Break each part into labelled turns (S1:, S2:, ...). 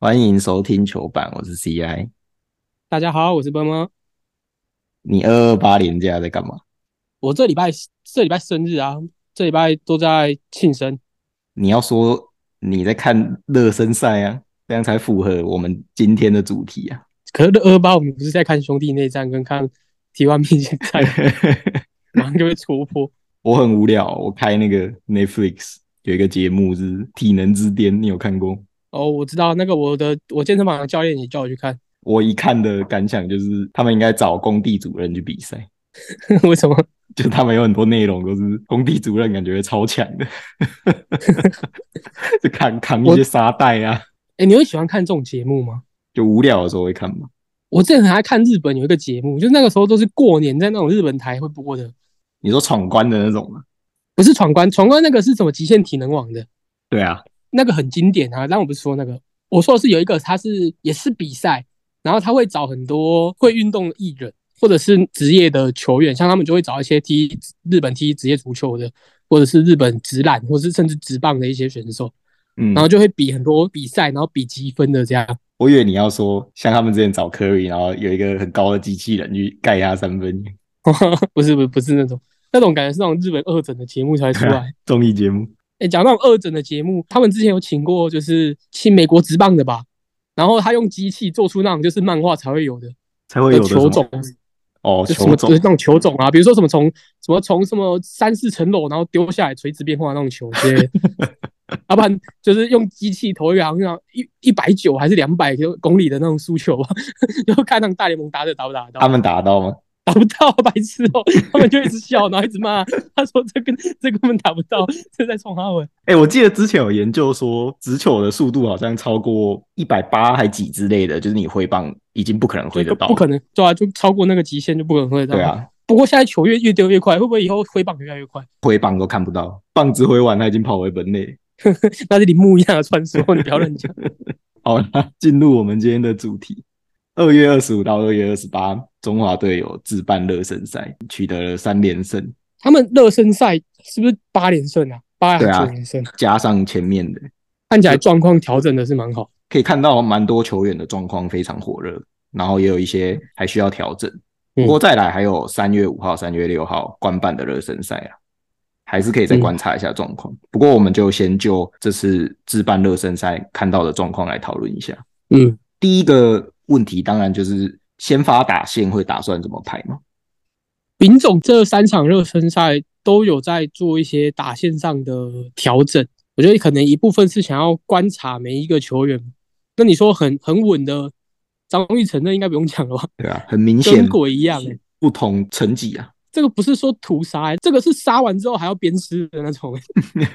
S1: 欢迎收听球板，我是 CI。
S2: 大家好，我是波波。
S1: 你二二八年假在干嘛？
S2: 我这礼拜这礼拜生日啊，这礼拜都在庆生。
S1: 你要说你在看热身赛啊，这样才符合我们今天的主题啊。
S2: 可是二八我们不是在看兄弟内战跟看 T1 并线 赛，马上就被戳破。
S1: 我很无聊，我开那个 Netflix 有一个节目是《体能之巅》，你有看过？
S2: 哦，我知道那个我的我健身房的教练也叫我去看，
S1: 我一看的感想就是，他们应该找工地主任去比赛，
S2: 为什么？
S1: 就他们有很多内容都是工地主任感觉超强的， 就扛扛一些沙袋啊，
S2: 哎、你会喜欢看这种节目吗？
S1: 就无聊的时候会看嘛。
S2: 我之前很爱看日本有一个节目，就那个时候都是过年在那种日本台会播的，
S1: 你说闯关的那种吗？
S2: 不是闯关，闯关那个是什么极限体能网的，
S1: 对啊，
S2: 那个很经典啊。但我不是说那个，我说的是有一个，他是也是比赛，然后他会找很多会运动的艺人或者是职业的球员，像他们就会找一些踢日本踢职业足球的，或者是日本职篮，或是甚至职棒的一些选手，
S1: 嗯
S2: 然后就会比很多比赛，然后比积分的这样。
S1: 我以为你要说像他们之前找 Curry，然后有一个很高的机器人去盖他三分，
S2: 不是不是不是那种那种感觉是那种日本二整的节目才会出 来。
S1: 综艺节目
S2: 哎、讲到二诊的节目，他们之前有请过，就是请美国职棒的吧，然后他用机器做出那种就是漫画才会有的
S1: 才会有的
S2: 球种，
S1: 哦，
S2: 就什么
S1: 球
S2: 就
S1: 种
S2: 是那种球种啊，比如说什么从什么从什么三四层楼然后丢下来垂直变化那种球之类 的，啊要不然就是用机器投一个好像一一百九还是两百公里的那种输球吧， 就看那种大联盟打者打不打得到
S1: 他。们打得到吗？
S2: 打不到，白痴哦、他们就一直笑，然后一直骂，他说这跟这根本打不到，这在冲他们。
S1: 哎、我记得之前有研究说，直球的速度好像超过一百八还几之类的，就是你挥棒已经不可能挥得
S2: 就
S1: 到，
S2: 不可能，对啊，就超过那个极限就不可能会到。
S1: 对，啊，
S2: 不过现在球越越丢越快，会不会以后挥棒越来越快？
S1: 挥棒都看不到，棒子挥完他已经跑回本垒。
S2: 那是铃木一样的传说，你不要乱讲。
S1: 好啦，进入我们今天的主题。二月二十五到二月二十八，中华队有自办热身赛，取得了三连胜。
S2: 他们热身赛是不是八连胜啊？八还
S1: 对啊
S2: 是九连胜啊？
S1: 加上前面的，
S2: 看起来状况调整的是蛮好。
S1: 可以看到蛮多球员的状况非常火热，然后也有一些还需要调整。
S2: 嗯
S1: 不过再来还有三月五号、三月六号官办的热身赛啊，还是可以再观察一下状况。不过我们就先就这次自办热身赛看到的状况来讨论一下。
S2: 嗯，
S1: 第一个问题当然就是先发打线会打算怎么排嘛？
S2: 丙总这三场热身赛都有在做一些打线上的调整，我觉得可能一部分是想要观察每一个球员。那你说很很稳的张玉成，那应该不用讲了吧？
S1: 对啊，很明显
S2: 跟鬼一样、欸。
S1: 不同层级啊。
S2: 这个不是说屠杀、欸，这个是杀完之后还要鞭尸的那种、欸。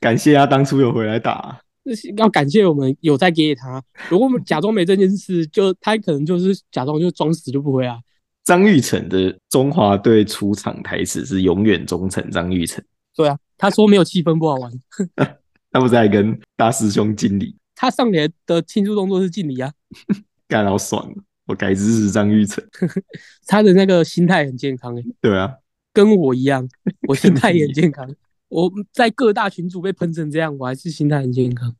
S1: 感谢他当初有回来打啊、
S2: 这是要感谢我们有在给他，如果我们假装没这件事，就他可能就是假装就装死就不啊回来。
S1: 张玉成的中华队出场台词是“永远忠诚张玉成
S2: 对啊，他说没有气氛不好玩，”，
S1: 他不是还跟大师兄敬礼，
S2: 他上来的庆祝动作是敬礼啊，
S1: 干好爽啊，我改支持张玉成。
S2: 他的那个心态很健康、欸，
S1: 对啊，
S2: 跟我一样，我心态也很健康。我在各大群组被喷成这样，我还是心态很健康。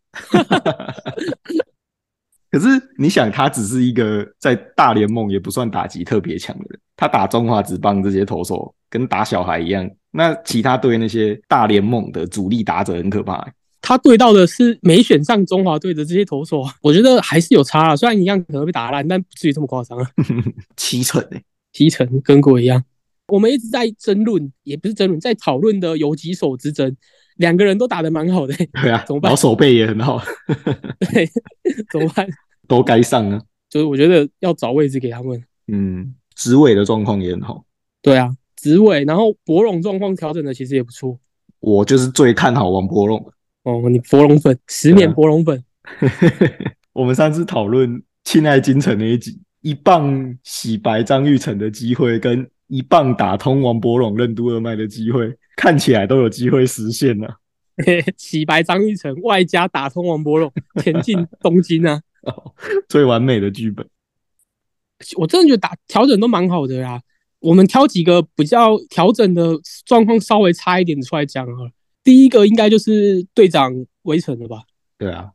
S1: 可是你想，他只是一个在大联盟也不算打击特别强的人，他打中华职棒这些投手跟打小孩一样。那其他队那些大联盟的主力打者很可怕欸、
S2: 他对到的是没选上中华队的这些投手啊，我觉得还是有差啊。虽然一样可能被打烂，但不至于这么夸张啊。
S1: 七成欸诶、
S2: 提成跟国一样，我们一直在争论，也不是争论，在讨论的游击手之争，两个人都打得蛮好的、
S1: 对啊
S2: 怎么，办
S1: 老手背也很好，
S2: 对， 怎么办？
S1: 都该上啊。
S2: 就是我觉得要找位置给他们。
S1: 嗯，职尾的状况也很好。
S2: 对啊，职位，然后博龙状况调整的其实也不错
S1: 我就是最看好王柏荣。
S2: 哦。你博龙粉，十
S1: 对
S2: 年
S1: 啊
S2: 博龙粉，
S1: 我们上次讨论《亲爱京城》那一集，一棒洗白张玉成的机会，跟一棒打通王柏荣任督二脉的机会，看起来都有机会实现啊了、
S2: 洗白张玉成，外加打通王博龙，前进东京啊。
S1: 最完美的剧本。
S2: 我真的觉得打调整都蛮好的啦。我们挑几个比较调整的状况稍微差一点的出来讲好了。第一个应该就是队长围城了吧？
S1: 对啊，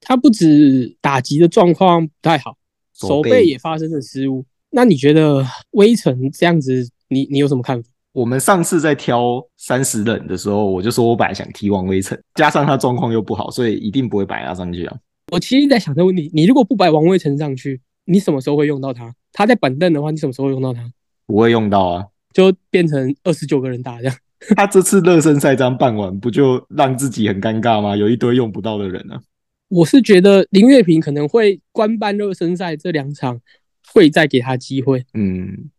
S2: 他不止打击的状况不太好，
S3: 手
S2: 手
S3: 背
S2: 背也发生了失误。那你觉得威城这样子，你你有什么看法？
S1: 我们上次在挑三十人的时候，我就说我本来想踢王威成，加上他状况又不好，所以一定不会摆他上去啊。
S2: 我其实在想这个问题：你如果不摆王威成上去，你什么时候会用到他？他在板凳的话，你什么时候会用到他？
S1: 不会用到啊。
S2: 就变成二十九个人打这样。
S1: 他这次热身赛章办完，不就让自己很尴尬吗？有一堆用不到的人啊。
S2: 我是觉得林月平可能会官办热身赛这两场会再给他机会，
S1: 嗯，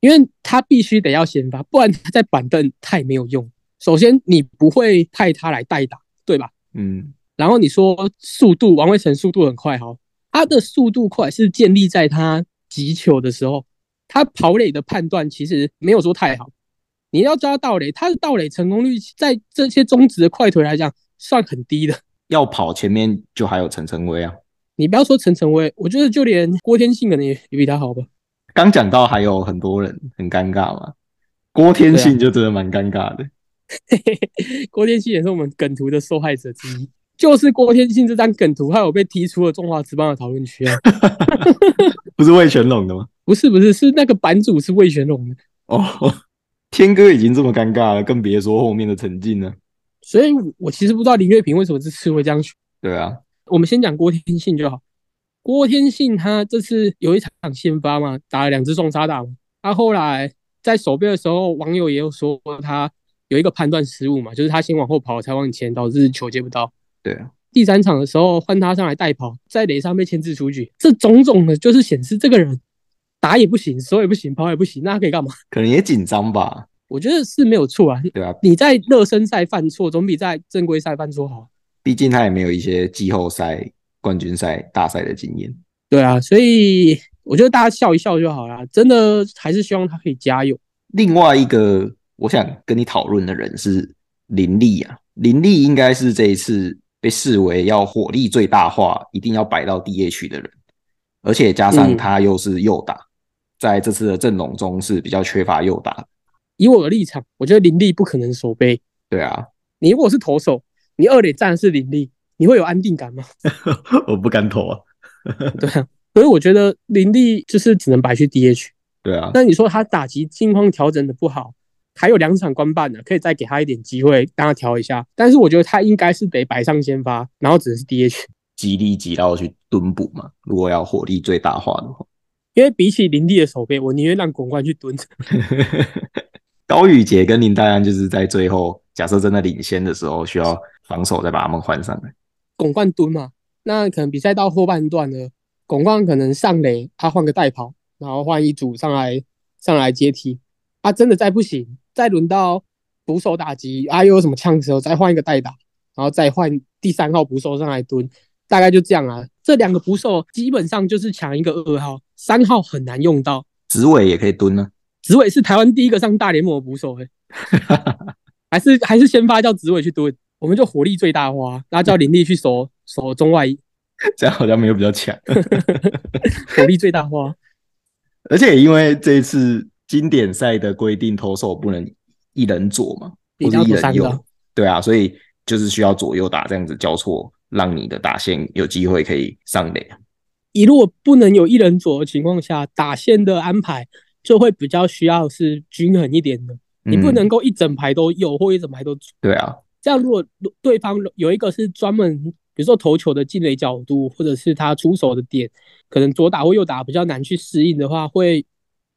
S2: 因为他必须得要先发，不然他在板凳太没有用。首先，你不会派他来代打，对吧？
S1: 嗯，
S2: 然后你说速度，王威成速度很快哈，他的速度快是建立在他击球的时候，他跑垒的判断其实没有说太好。你要抓盗垒，他的盗垒成功率在这些中职的快腿来讲算很低的。
S1: 要跑前面就还有陈晨威啊。
S2: 你不要说陈晨威，我觉得就连郭天信可能也也比他好吧。
S1: 刚讲到还有很多人很尴尬嘛，郭天信就真的蛮尴尬的。
S2: 郭天信也是我们梗图的受害者之一，就是郭天信这张梗图害我被踢出了中华职棒的讨论区啊！
S1: 不是魏全龙的吗？
S2: 不是不是，是那个版主是魏全龙的，
S1: 哦，天哥已经这么尴尬了，更别说后面的陈进了。
S2: 所以我我其实不知道林月平为什么这次会这样选。
S1: 对啊，
S2: 我们先讲郭天信就好。郭天信他这次有一场先发嘛，打了两支双杀打嘛。他后来在守备的时候，网友也有说他有一个判断失误嘛，就是他先往后跑才往以前，导致球接不到。
S1: 对啊，
S2: 第三场的时候换他上来代跑，在垒上被牵制出局，这种种的就是显示这个人打也不行，守也不行，跑也不行，那他可以干嘛？
S1: 可能也紧张吧。
S2: 我觉得是没有错啊。
S1: 对啊，
S2: 你在热身赛犯错，总比在正规赛犯错好。啊
S1: 毕竟他也没有一些季后赛、冠军赛、大赛的经验。
S2: 对啊，所以我觉得大家笑一笑就好啦。真的还是希望他可以加油。
S1: 另外一个我想跟你讨论的人是林立啊，林立应该是这一次被视为要火力最大化，一定要摆到 DH 的人，而且加上
S2: 嗯
S1: 他又是右打，在这次的阵容中是比较缺乏右打的。
S2: 以我的立场，我觉得林立不可能守备。
S1: 对啊，
S2: 你如果是投手，你二垒站的是林立，你会有安定感吗？
S1: 我不敢投啊。
S2: 对啊，所以我觉得林立就是只能摆去 DH。
S1: 对啊，
S2: 那你说他打击近况调整的不好，还有两场官办呢，可以再给他一点机会，让他调一下。但是我觉得他应该是得摆上先发，然后只能是 DH，
S1: 极力极到去蹲补嘛，如果要火力最大化的话。
S2: 因为比起林立的手背，我宁愿让滚冠去蹲。
S1: 高宇杰跟林黛安就是在最后，假设真的领先的时候，需要防守再把他们换上来。
S2: 拱冠蹲嘛，那可能比赛到后半段呢，拱冠可能上垒，他换个代跑，然后换一组上来上来接替。啊，真的再不行，再轮到捕手打击，啊又有什么呛的时候，再换一个代打，然后再换第三号捕手上来蹲，大概就这样啊。这两个捕手基本上就是抢一个二号，三号很难用到。
S1: 紫伟也可以蹲啊呢、
S2: 紫伟是台湾第一个上大联盟的捕手、欸，还是还是先发叫紫伟去蹲，我们就火力最大化，那叫林立去守守中外野
S1: 这样好像没有比较强。
S2: 火力最大化。
S1: 而且因为这一次经典赛的规定，投手不能一人左嘛，
S2: 一
S1: 不
S2: 定
S1: 是
S2: 要
S1: 一
S2: 左
S1: 人
S2: 三个
S1: 右，对啊，所以就是需要左右打这样子交错，让你的打线有机会可以上垒。
S2: 一路不能有一人左的情况下，打线的安排就会比较需要是均衡一点的。你不
S1: 嗯
S2: 能够一整排都右或一整排都左，
S1: 对啊，
S2: 这样如果对方有一个是专门，比如说投球的进垒角度，或者是他出手的点，可能左打或右打比较难去适应的话，会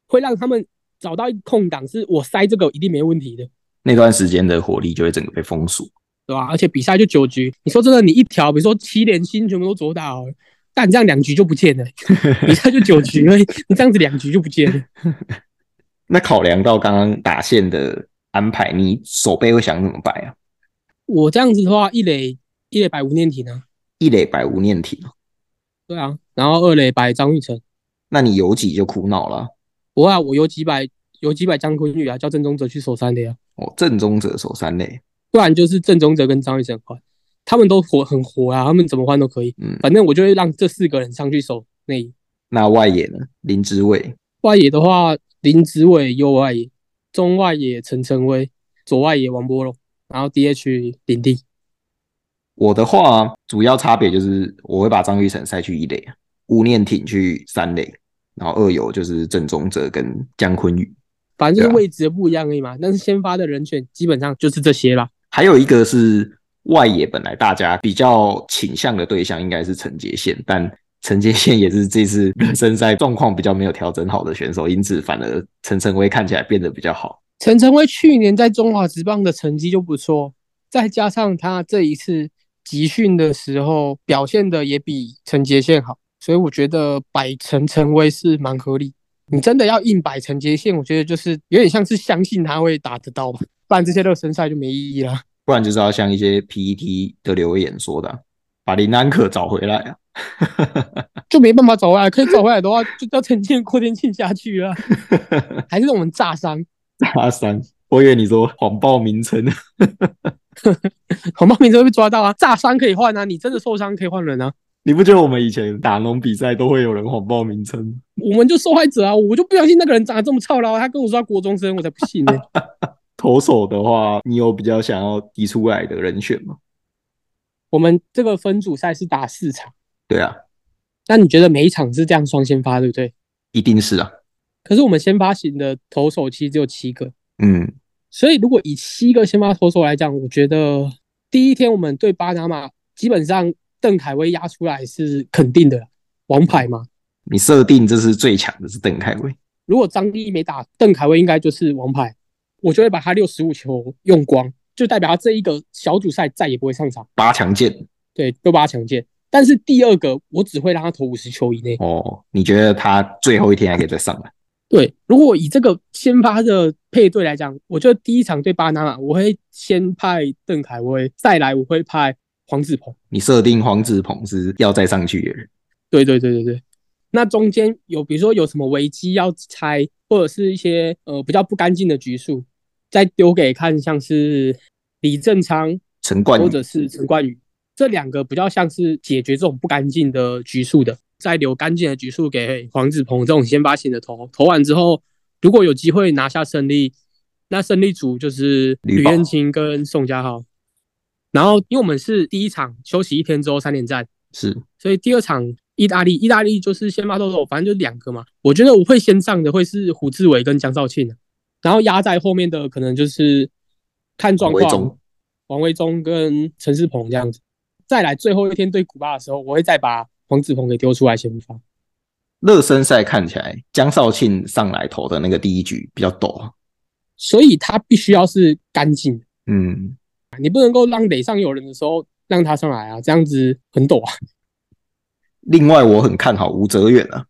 S2: 会让他们找到一个空档，是我塞这个一定没问题的。
S1: 那段时间的火力就会整个被封锁。
S2: 对吧、而且比赛就九局，你说真的，你一条，比如说七连星全部都左打好了，但你这样两局就不见了， 比赛就九局而已，你这样子两局就不见了。
S1: 那考量到刚刚打线的安排，你手背会想怎么摆啊？
S2: 我这样子的话，一垒一垒摆吴念婷啊，
S1: 一垒摆吴念婷，
S2: 对啊，然后二垒摆张玉成，
S1: 那你有几就苦恼了啊。
S2: 不会啊，我有几百有几百张坤宇啊，叫郑宗哲去守三垒啊，
S1: 哦，正宗者守三垒，
S2: 不然就是郑宗哲跟张玉成换，他们都活很活啊，他们怎么换都可以，
S1: 嗯，
S2: 反正我就会让这四个人上去守内野。
S1: 那外野呢？林之伟，
S2: 外野的话，林子伟右外野，中外野陈晨威，左外野王波龙，然后 DH 林地。
S1: 我的话，主要差别就是我会把张玉成塞去一垒，啊吴念挺去三垒，然后二游就是郑宗哲跟姜坤宇。
S2: 反正就
S1: 对
S2: 是
S1: 啊
S2: 位置不一样而已嘛。但是先发的人选基本上就是这些啦。
S1: 还有一个是外野，本来大家比较倾向的对象应该是陈杰宪，但陈杰宪也是这次热身赛状况比较没有调整好的选手，因此反而陈晨威看起来变得比较好。
S2: 陈晨威去年在中华职棒的成绩就不错，再加上他这一次集训的时候表现的也比陈杰宪好，所以我觉得摆陈晨威是蛮合理。你真的要硬摆陈杰宪，我觉得就是有点像是相信他会打得到吧，不然这些热身赛就没意义啦。
S1: 不然就是要像一些 PET 的留言说的啊、把林安可找回来啊。
S2: 就没办法找回来，可以找回来的话， 就要陈建郭天庆下去了，还是我们炸伤？
S1: 大三，我以为你说谎报名称，
S2: 红帽名字会被抓到啊！炸伤可以换啊，你真的受伤可以换人啊。
S1: 你不觉得我们以前打龙比赛都会有人谎报名称吗？
S2: 我们就受害者啊！我就不相信那个人长得这么操劳啊，他跟我说他国中生，我才不信呢、
S1: 投手的话，你有比较想要提出来的人选吗？
S2: 我们这个分组赛是打四场，
S1: 对啊，
S2: 那你觉得每一场是这样双先发，对不对？
S1: 一定是啊。
S2: 可是我们先发型的投手其实只有七个，
S1: 嗯，
S2: 所以如果以七个先发投手来讲，我觉得第一天我们对巴拿马，基本上邓凯威压出来是肯定的啦，王牌嘛。
S1: 你设定这是最强的是邓凯威，
S2: 如果张一没打，邓凯威应该就是王牌，我就会把他六十五球用光，就代表他这一个小组赛再也不会上场，
S1: 八强剑
S2: 对，都把他强健。但是第二个，我只会让他投五十球以内。
S1: 哦。你觉得他最后一天还可以再上来？
S2: 对，如果以这个先发的配对来讲，我觉得第一场对巴拿马，我会先派邓凯威，再来我会派黄子鹏。
S1: 你设定黄志鹏是要再上去的人，
S2: 对对对对对。那中间有比如说有什么危机要拆，或者是一些呃比较不干净的局数，再丢给看像是李正昌
S1: 陈冠宇
S2: 或者是陈冠宇这两个比较像是解决这种不干净的局数的，再留干净的局数给黄子鹏这种先发型的投，投完之后如果有机会拿下胜利，那胜利组就是
S1: 吕
S2: 吕
S1: 宝
S2: 彦青跟宋佳豪。然后因为我们是第一场休息一天之后三连战。
S1: 是
S2: 所以第二场意大利，意大利就是先发豆豆，反正就两个嘛。我觉得我会先上的会是胡志伟跟江少庆、啊，然后压在后面的可能就是看状
S1: 王威
S2: 况
S1: 忠，
S2: 王威忠跟陈世鹏这样子。再来最后一天对古巴的时候，我会再把黄子鹏给丢出来先发。
S1: 热身赛看起来江少庆上来投的那个第一局比较陡，啊
S2: 所以他必须要是干净的，
S1: 嗯，
S2: 你不能够让垒上有人的时候让他上来啊，这样子很陡啊。
S1: 另外，我很看好吴哲远啊。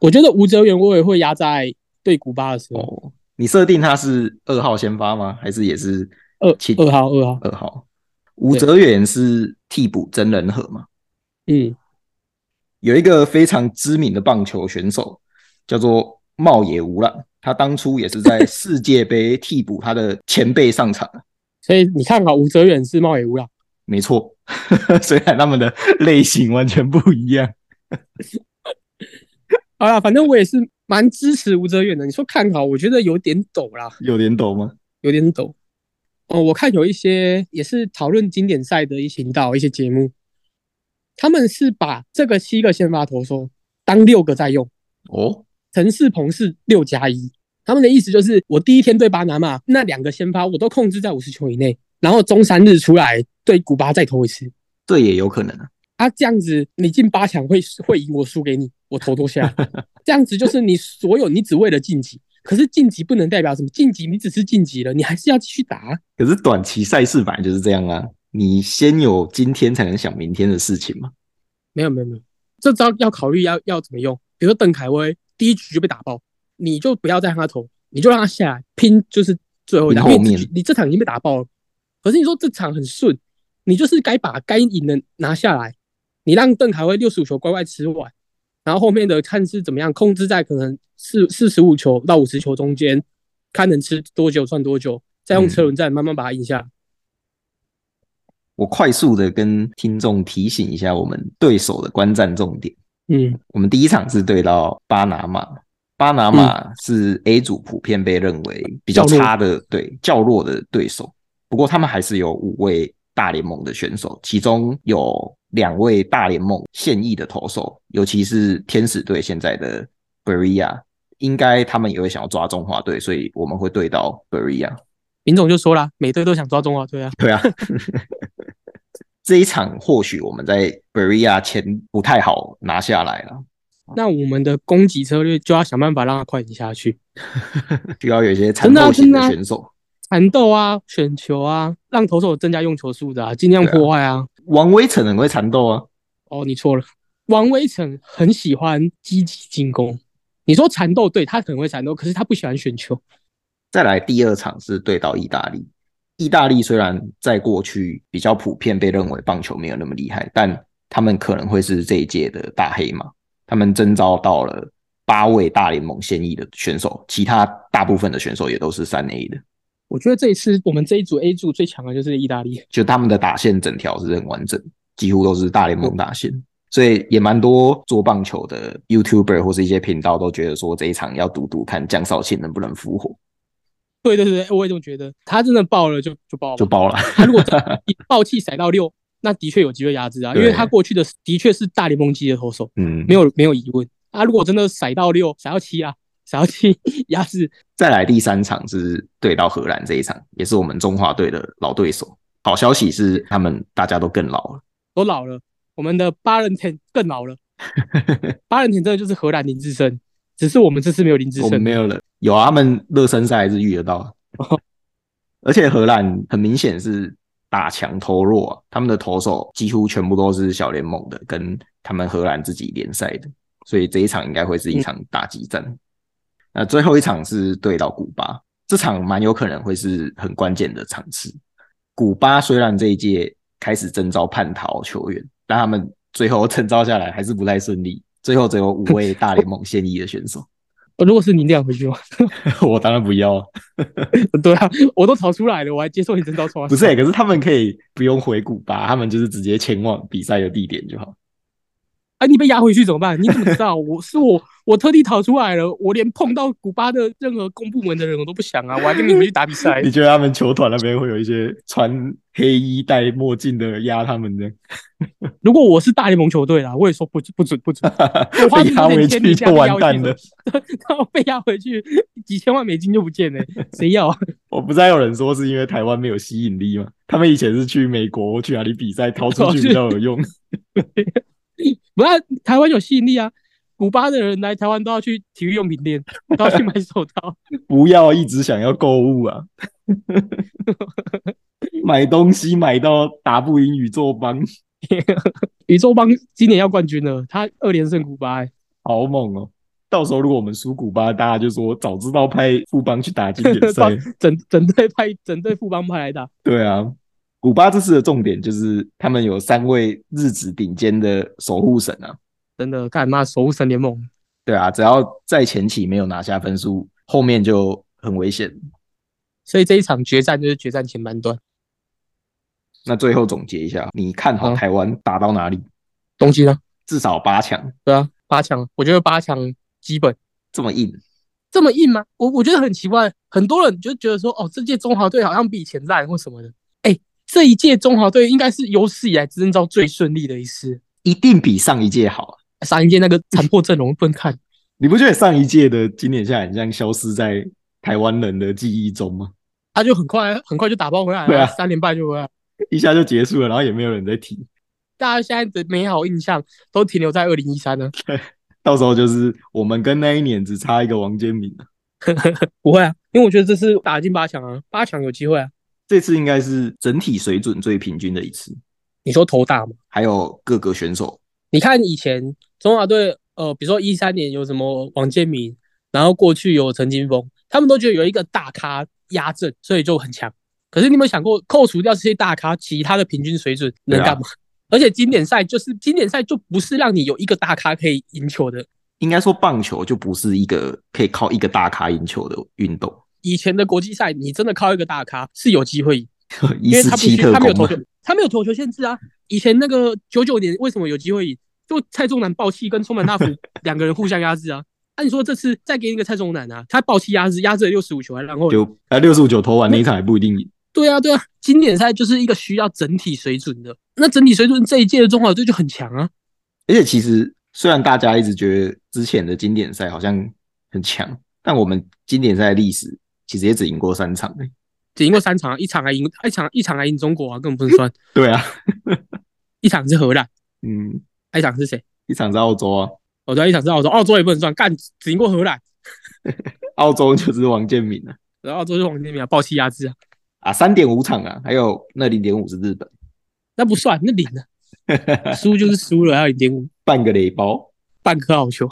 S2: 我觉得吴哲源我也会压在对古巴的时候，
S1: 哦，你设定他是二号先发吗？还是也是
S2: 二
S1: 七
S2: 二号二号，
S1: 二号？吴哲远是替补真人和嘛？
S2: 嗯，
S1: 有一个非常知名的棒球选手叫做茂野无浪，他当初也是在世界杯替补他的前辈上场。
S2: 所以你看好吴哲远是茂野无浪，
S1: 没错， 虽然他们的类型完全不一样。
S2: 好啦，反正我也是蛮支持吴哲远的。你说看好，我觉得有点陡啦，
S1: 有点抖吗？
S2: 有点陡。哦，我看有一些也是讨论经典赛的一些频道、一些节目，他们是把这个七个先发投手当六个在用，
S1: 哦，
S2: 陈世鹏是六加一。他们的意思就是，我第一天对巴拿马那两个先发我都控制在五十球以内，然后中三日出来对古巴再投一次。
S1: 这也有可能啊。
S2: 啊，这样子你进八强会会赢，我输给你，我头都下。这样子就是你所有你只为了晋级，可是晋级不能代表什么，晋级你只是晋级了，你还是要继续打啊。
S1: 可是短期赛事本来就是这样啊，你先有今天才能想明天的事情嘛。
S2: 没有没有没有，这招要考虑要要怎么用。比如说邓凯威第一局就被打爆，你就不要再让他投，你就让他下来拼，就是最后一
S1: 拼
S2: 打。
S1: 后
S2: 因为
S1: 面
S2: 这局你这场已经被打爆了，可是你说这场很顺，你就是该把该赢的拿下来，你让邓凯威六十五球乖乖吃完，然后后面的看是怎么样控制在可能四四十五球到五十球中间，看能吃多久算多久，再
S1: 嗯
S2: 用车轮战慢慢把它赢下来。
S1: 我快速的跟听众提醒一下我们对手的观战重点。
S2: 嗯，
S1: 我们第一场是对到巴拿马，巴拿马是 A 组普遍被认为比较差的，对较弱的对手。不过他们还是有五位大联盟的选手，其中有两位大联盟现役的投手，尤其是天使队现在的 Beria，应该他们也会想要抓中华队，所以我们会对到 Beria。
S2: 林总就说啦，每队都想抓中华队啊，
S1: 对啊，这一场或许我们在 Beria 前不太好拿下来了，
S2: 那我们的攻击策略就要想办法让他快点下去，
S1: 需要有一些缠
S2: 真的啊
S1: 斗型
S2: 真的
S1: 的
S2: 啊
S1: 选手。
S2: 缠斗啊，选球啊，让投手增加用球数的、啊，尽量破坏啊。
S1: 王威成很会缠斗啊，
S2: 哦，你错了，王威成很喜欢积极进攻。你说缠斗，对他很会缠斗，可是他不喜欢选球。
S1: 再来第二场是对到意大利。意大利虽然在过去比较普遍被认为棒球没有那么厉害，但他们可能会是这一届的大黑马。他们征召到了八位大联盟现役的选手，其他大部分的选手也都是三 A 的，
S2: 我觉得这一次我们这一组 A 组最强的就是意大利，
S1: 就他们的打线整条是很完整，几乎都是大联盟打线。所以也蛮多做棒球的 YouTuber 或是一些频道都觉得说这一场要赌赌看江少庆能不能复活，
S2: 对对对，我也这么觉得。他真的爆了就就爆
S1: 就
S2: 了，
S1: 爆了。
S2: 他如果真的 一爆气甩到六，那的确有机会压制啊，因为
S1: 对
S2: 他过去的的确是大联盟级的投手，
S1: 嗯，
S2: 没有没有疑问。啊，如果真的甩到六，甩到七啊，甩到七压制，
S1: 再来第三场是对到荷兰这一场，也是我们中华队的老对手。好消息是，他们大家都更老了。
S2: 都老了。我们的巴伦田更老 了，巴伦田真的就是荷兰林志胜，只是我们这次没有林志
S1: 我们
S2: 胜。
S1: 没有了，有啊，他们热身赛还是遇得到。而且荷兰很明显是打强投弱、啊，他们的投手几乎全部都是小联盟的，跟他们荷兰自己联赛的，所以这一场应该会是一场打击战。那最后一场是对到古巴，这场蛮有可能会是很关键的场次。古巴虽然这一届开始征召叛逃球员，但他们最后征召下来还是不太顺利，最后只有五位大联盟现役的选手。
S2: 呃如果是你这样回去吗？
S1: 我当然不要啊，
S2: 对啊，我都逃出来了，我还接受你真刀错啊
S1: 不是、欸，可是他们可以不用回古巴，他们就是直接前往比赛的地点就好。
S2: 啊，你被压回去怎么办？你怎么知道？我是我，我特地逃出来了，我连碰到古巴的任何公部门的人我都不想啊，我还跟你们去打比赛
S1: 你。觉得他们球团那边会有一些穿黑衣戴墨镜的压他们的，
S2: 如果我是大联盟球队啦，我也说不不准不准， 我 花
S1: 被压回去就完蛋 了。
S2: 然后被压回去几千万美金就不见了、谁要啊？
S1: 我不知道有人说是因为台湾没有吸引力吗？他们以前是去美国去哪里比赛，逃出去比较有用。
S2: 不然台湾有吸引力啊，古巴的人来台湾都要去体育用品店，都要去买手套。
S1: 不要一直想要购物啊，买东西买到打不赢宇宙帮，
S2: 宇宙帮今年要冠军了，他二连胜古巴、欸，
S1: 好猛哦！到时候如果我们输古巴，大家就说早知道派富邦去打经典赛
S2: 帮。整整队派整队副帮派来打。
S1: 对啊，古巴这次的重点就是他们有三位日职顶尖的守护神啊。
S2: 真的干嘛守护神联盟？
S1: 对啊，只要在前期没有拿下分数，后面就很危险。
S2: 所以这一场决战就是决战前半段，
S1: 那最后总结一下，你看好
S2: 嗯
S1: 台湾打到哪里？
S2: 东京啊，
S1: 至少八强，
S2: 对啊，八强，我觉得八强基本
S1: 这么硬。
S2: 这么硬吗？我我觉得很奇怪，很多人就觉得说，哦，这届中华队好像比以前烂或什么的。哎，这一届中华队应该是有史以来征召最顺利的一次。
S1: 一定比上一届好啊、
S2: 上一届那个残破阵容不能看，
S1: 你不觉得上一届的经典下来很像消失在台湾人的记忆中吗？
S2: 他就很快很快就打包回来
S1: 对
S2: 了，
S1: 啊
S2: 三连败就回来了。
S1: 一下就结束了，然后也没有人在提。
S2: 大家现在的美好印象都停留在二零一三呢。
S1: 到时候就是我们跟那一年只差一个王建民了，
S2: 不会啊，因为我觉得这次打进八强啊，八强有机会啊。
S1: 这次应该是整体水准最平均的一次，
S2: 你说头大吗？
S1: 还有各个选手
S2: 你看以前中华队，呃，比如说一三年有什么王建民，然后过去有陈金峰，他们都觉得有一个大咖压阵，所以就很强。可是你有没有想过，扣除掉这些大咖，其他的平均水准能干嘛？ 而且经典赛就是经典赛，就不是让你有一个大咖可以赢球的。
S1: 应该说棒球就不是一个可以靠一个大咖赢球的运动，
S2: 以前的国际赛，你真的靠一个大咖是有机会赢，
S1: 一
S2: 因为
S1: 四
S2: 他不
S1: 七
S2: 需
S1: 特
S2: 他没有
S1: 工
S2: 投
S1: 嘛
S2: 球，他没有投球限制啊。以前那个九九年为什么有机会赢？就蔡宗南爆气跟松 本大辅两个人互相压制啊。那、你说这次再给你一个蔡宗南啊，他爆气压制，压制了六十五球还然后
S1: 呃就啊六十五九投完那一场也不一定赢，
S2: 对啊，对啊，经典赛就是一个需要整体水准的。那整体水准这一届的中华队就很强啊。
S1: 而且其实虽然大家一直觉得之前的经典赛好像很强，但我们经典赛的历史其实也只赢过三场、欸。
S2: 只赢过三场啊，一场还赢一场一场还赢中国啊，根本不能算。
S1: 对啊，
S2: 一场是荷兰，
S1: 嗯，
S2: 还一场是谁？
S1: 一场在澳洲啊，
S2: 我知道一场是澳洲，澳洲也不能算，干只赢过荷兰，
S1: 澳洲就是王建民啊，
S2: 然后澳洲就王建民啊，暴气压制啊，
S1: 啊，三点五场啊，还有那零点五是日本，
S2: 那不算，那零啊，输就是输了，还有零点五，
S1: 半个垒包，
S2: 半颗好球。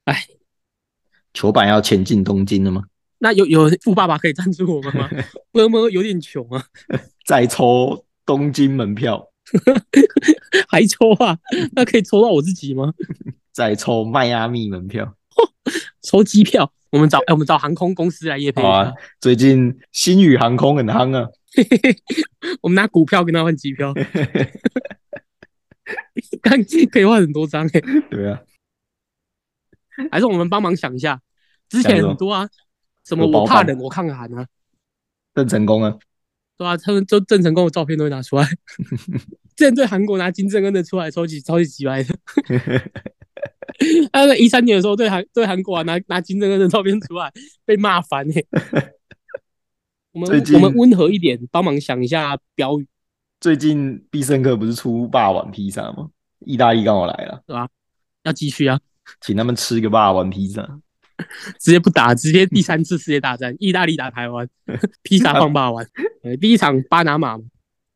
S1: 球板要前进东京了吗？
S2: 那有有富爸爸可以赞助我们 吗？我们有点穷啊，
S1: 再抽东京门票，
S2: 还抽啊？那可以抽到我自己吗？
S1: 再抽迈阿密门票。
S2: 抽机票，我们找、哎我们找航空公司来夜配一
S1: 好啊
S2: 下，，
S1: 最近新宇航空很夯啊，
S2: 我们拿股票跟他换机票，看可以换很多张哎、
S1: 对啊，
S2: 还是我们帮忙想一下，之
S1: 想
S2: 前
S1: 什么
S2: 很多啊，什么
S1: 有包
S2: 我怕
S1: 办
S2: 冷，我抗寒啊，
S1: 郑成功啊，
S2: 对啊，他们就郑成功的照片都会拿 出来。之前对韩国拿金正恩的出来，超级超级奇 怪的。他在一三年的时候对韩对韩国啊拿拿金正恩的照片出来，被骂翻 欸。我
S1: 最
S2: 们
S1: 近
S2: 我们温和一点，帮忙想一下标语，
S1: 最近必胜客不是出霸王披萨吗？意大利刚好来了，
S2: 要继续啊！
S1: 请他们吃个霸王披萨。
S2: 直接不打，直接第三次世界大战，意大利打台湾，披萨放霸王。呃，第一场巴拿马嘛，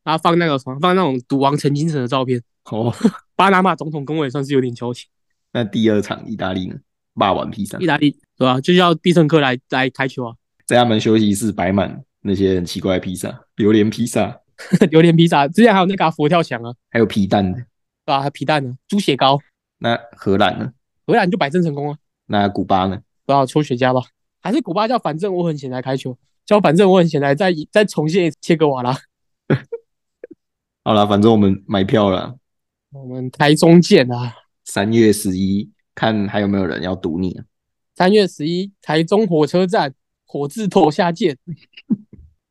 S2: 然后放那个什么，放那种赌王陈金城的照片。
S1: 哦，
S2: 巴拿马总统跟我也算是有点交情，
S1: 那第二场意大利呢？霸王披萨
S2: 意大利对吧、就叫必胜客来来开球啊，
S1: 在他们休息室摆满那些很奇怪的披萨，榴莲披萨，
S2: 榴莲披萨，之前还有那个啊、佛跳墙啊，
S1: 还有皮蛋的。
S2: 对吧、还皮蛋啊，猪血糕，
S1: 那荷兰呢？
S2: 荷兰就摆正成功啊，
S1: 那古巴呢？
S2: 对吧、抽雪茄吧，还是古巴叫反正我很闲来开球，叫反正我很闲来再再重现一次切格瓦拉。
S1: 好啦，反正我们买票了，
S2: 我们台中见啊！
S1: 三月十一看还有没有人要堵你、啊。
S2: 三月十一，台中火车站火字头下见。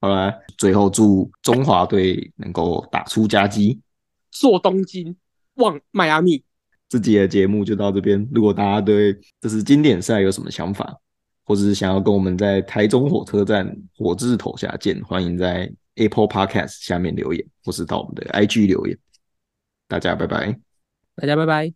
S1: 好啦，最后祝中华队能够打出佳绩。
S2: 坐东京望迈阿密，
S1: 这集的节目就到这边。如果大家对这是经典赛有什么想法，或者是想要跟我们在台中火车站火字头下见，欢迎在 Apple Podcast 下面留言，或是到我们的 IG 留言。大家拜拜。
S2: 大家拜拜。